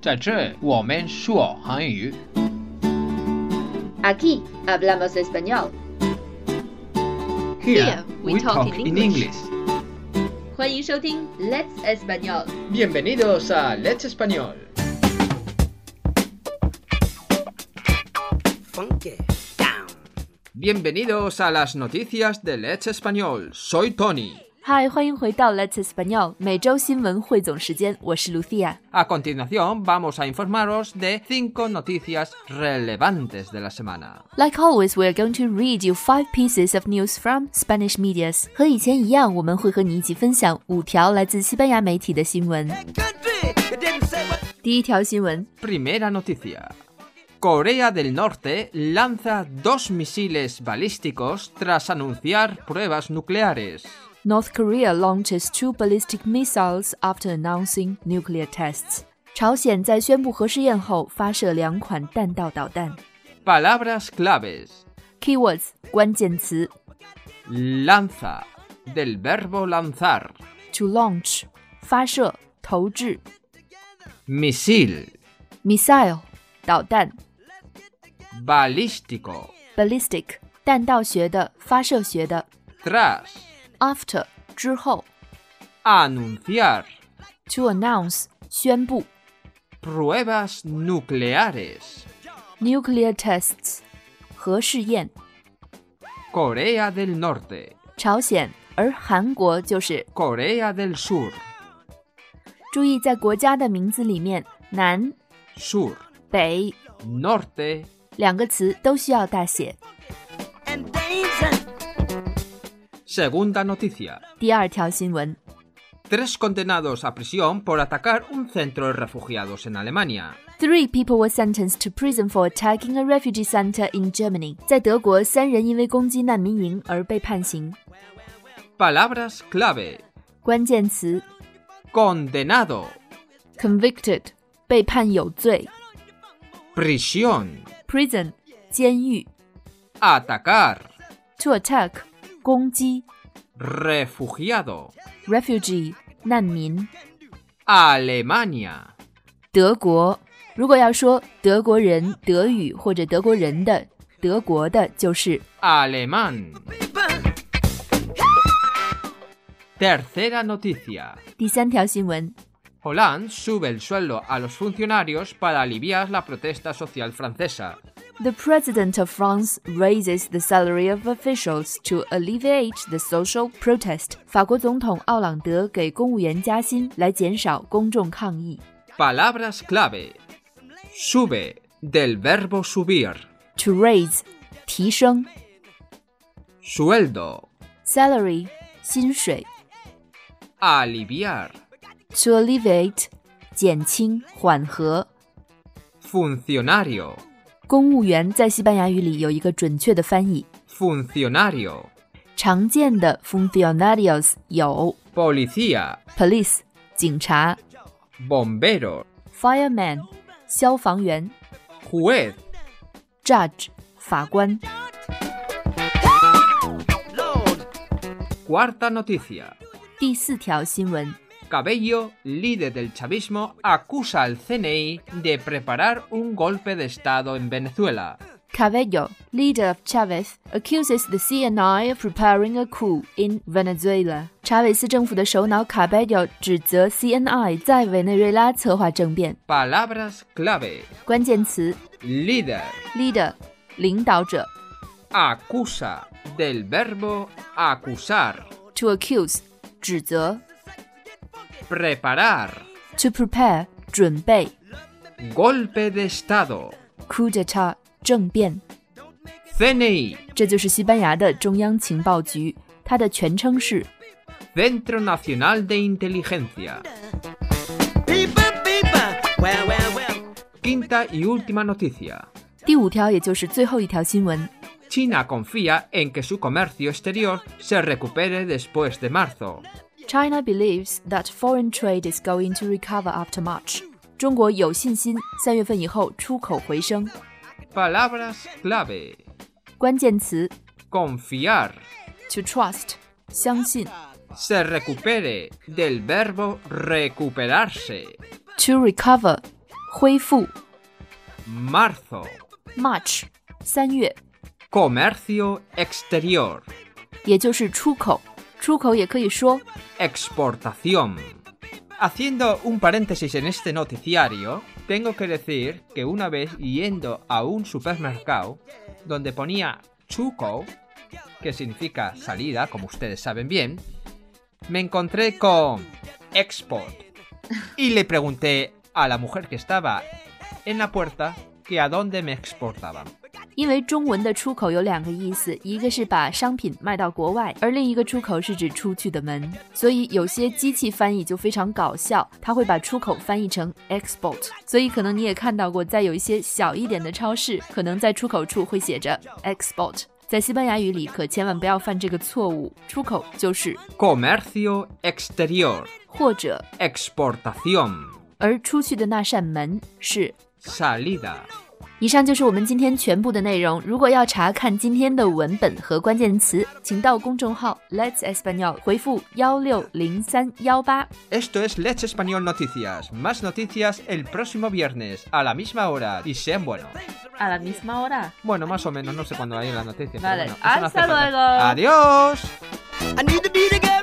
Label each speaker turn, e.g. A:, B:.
A: 在这，我们说韩语。
B: Aquí hablamos español.
A: Here we talk in English.
B: 欢迎收听 Let's Español。
C: Bienvenidos a Let's Español. Bienvenidos a las noticias de Let's Español. Soy Tony.
D: 嗨，欢迎回到 Let's Español 每周新闻汇总时间，我是 Lucia。
C: A continuación vamos a informaros de cinco noticias relevantes de la semana.
D: Like always, we're going to read you five pieces of news from Spanish medias。和以前一样，我们会和你一起分享五条来自西班牙媒体的新闻。第一条新闻，
C: Primera noticia. Corea del Norte lanza dos misiles balísticos tras anunciar pruebas nucleares.
D: North Korea launches two ballistic missiles after announcing nuclear tests。朝鲜在宣布核试验后发射两款弹道导弹。
C: Palabras claves.
D: Keywords 关键词
C: Lanza. Del verbo lanzar.
D: to launch 发射投掷
C: Misil.
D: missile 导弹
C: Balístico.
D: ballistic 弹道学的发射学的
C: Tras.
D: after 之后
C: Anunciar.
D: to announce 宣布
C: Pruebas nucleares.
D: nuclear tests 核试验
C: Corea del Norte.
D: 朝鲜，而韩国就是
C: Corea del Sur.
D: 注意在国家的名字里面南
C: Sur.
D: 北
C: Norte.
D: 两个词都需要大写。
C: Segunda noticia.
D: 第二条新闻，
C: Tres condenados a prisión por atacar un centro de refugiados en Alemania.
D: Three people were sentenced to prison for attacking a refugee center in Germany。在德国，三人因为攻击难民营而被判刑。
C: Palabras clave.
D: 关键词
C: Condenado.
D: convicted，被判有罪
C: Prisión.
D: ；prison，监狱
C: Atacar.
D: ；to attack，攻击
C: Refugiado.
D: ；refugee，难民。
C: Alemania.
D: 德国，如果要说德国人、德语或者德国人的、德国的，就是
C: Alemán. Tercera noticia.
D: 第三条新闻。
C: Hollande sube el sueldo a los funcionarios para aliviar la protesta social francesa.
D: The president of France raises the salary of officials to alleviate the social protest。法国总统奥朗德给公务员加薪，来减少公众抗议。
C: Palabras clave. Sube del verbo subir.
D: To raise，提升
C: Sueldo.
D: ；salary，薪水
C: Aliviar.
D: ；to alleviate，减轻、缓和。
C: Funcionario.
D: 公务员在西班牙语里有一个准确的翻译，
C: Funcionario.
D: 常见的 funcionarios 有
C: Policía.
D: police 警察
C: Bombero.
D: fireman 消防员
C: Juez.
D: judge 法官。
C: Cuarta noticia.
D: 第四条新闻
C: Cabello, líder del chavismo, acusa al CNI de preparar un golpe de Estado en Venezuela.
D: ：Cabello, leader of Chavez, accuses the CNI of preparing a coup in Venezuela。查韦斯政府的首脑卡贝 o 指责 CNI 在委内瑞拉策划政变。
C: Palabras clave.
D: 关键词
C: Líder.
D: leader 领导者
C: Acusa. Del verbo acusar.
D: to accuse 指责
C: Preparar.
D: to prepare 准备
C: Golpe de Estado.
D: coup d'état 政变。
C: CNI.
D: 这就是西班牙的中央情报局，它的全称是
C: Centro Nacional de Inteligencia. Quinta y última noticia.
D: 第五条，也就是最后一条新闻。
C: China confía en que su comercio exterior se recupere después de marzo.
D: China believes that foreign trade is going to recover after March. 中国有信心三月份以后出口回升。
C: Palabras clave.
D: 关键词
C: Confiar.
D: to trust 相信
C: Se recupere del verbo recuperarse.
D: to recover 恢复
C: marzo,
D: March 三月，
C: comercio exterior,
D: 也就是出口。出口也可以说
C: exportación. Haciendo un paréntesis en este noticiario, tengo que decir que una vez yendo a un supermercado donde ponía chuco, que significa salida, como ustedes saben bien, me encontré con export y le pregunté a la mujer que estaba en la puerta que a dónde me exportaban.
D: 因为中文的出口有两个意思，一个是把商品卖到国外，而另一个出口是指出去的门。所以有些机器翻译就非常搞笑，它会把出口翻译成 export。所以可能你也看到过，在有一些小一点的超市，可能在出口处会写着 export。在西班牙语里可千万不要犯这个错误，出口就是
C: Comercio exterior,
D: 或者，
C: exportación,
D: 而出去的那扇门是
C: salida.
D: 以上就是我们今天全部的内容。如果要查看今天的文本和关键词，请到公众号 Let's Español 回复幺六零三幺八。
C: Esto es Leche Español Noticias. Más noticias el próximo viernes a la misma hora. Y sean buenos.
D: A la misma hora.
C: Bueno, más o menos, no sé cuándo hay las noticias.
D: Vale.
C: pero bueno, eso no hace falta.
D: Hasta luego.
C: Adiós.
E: I need to be together.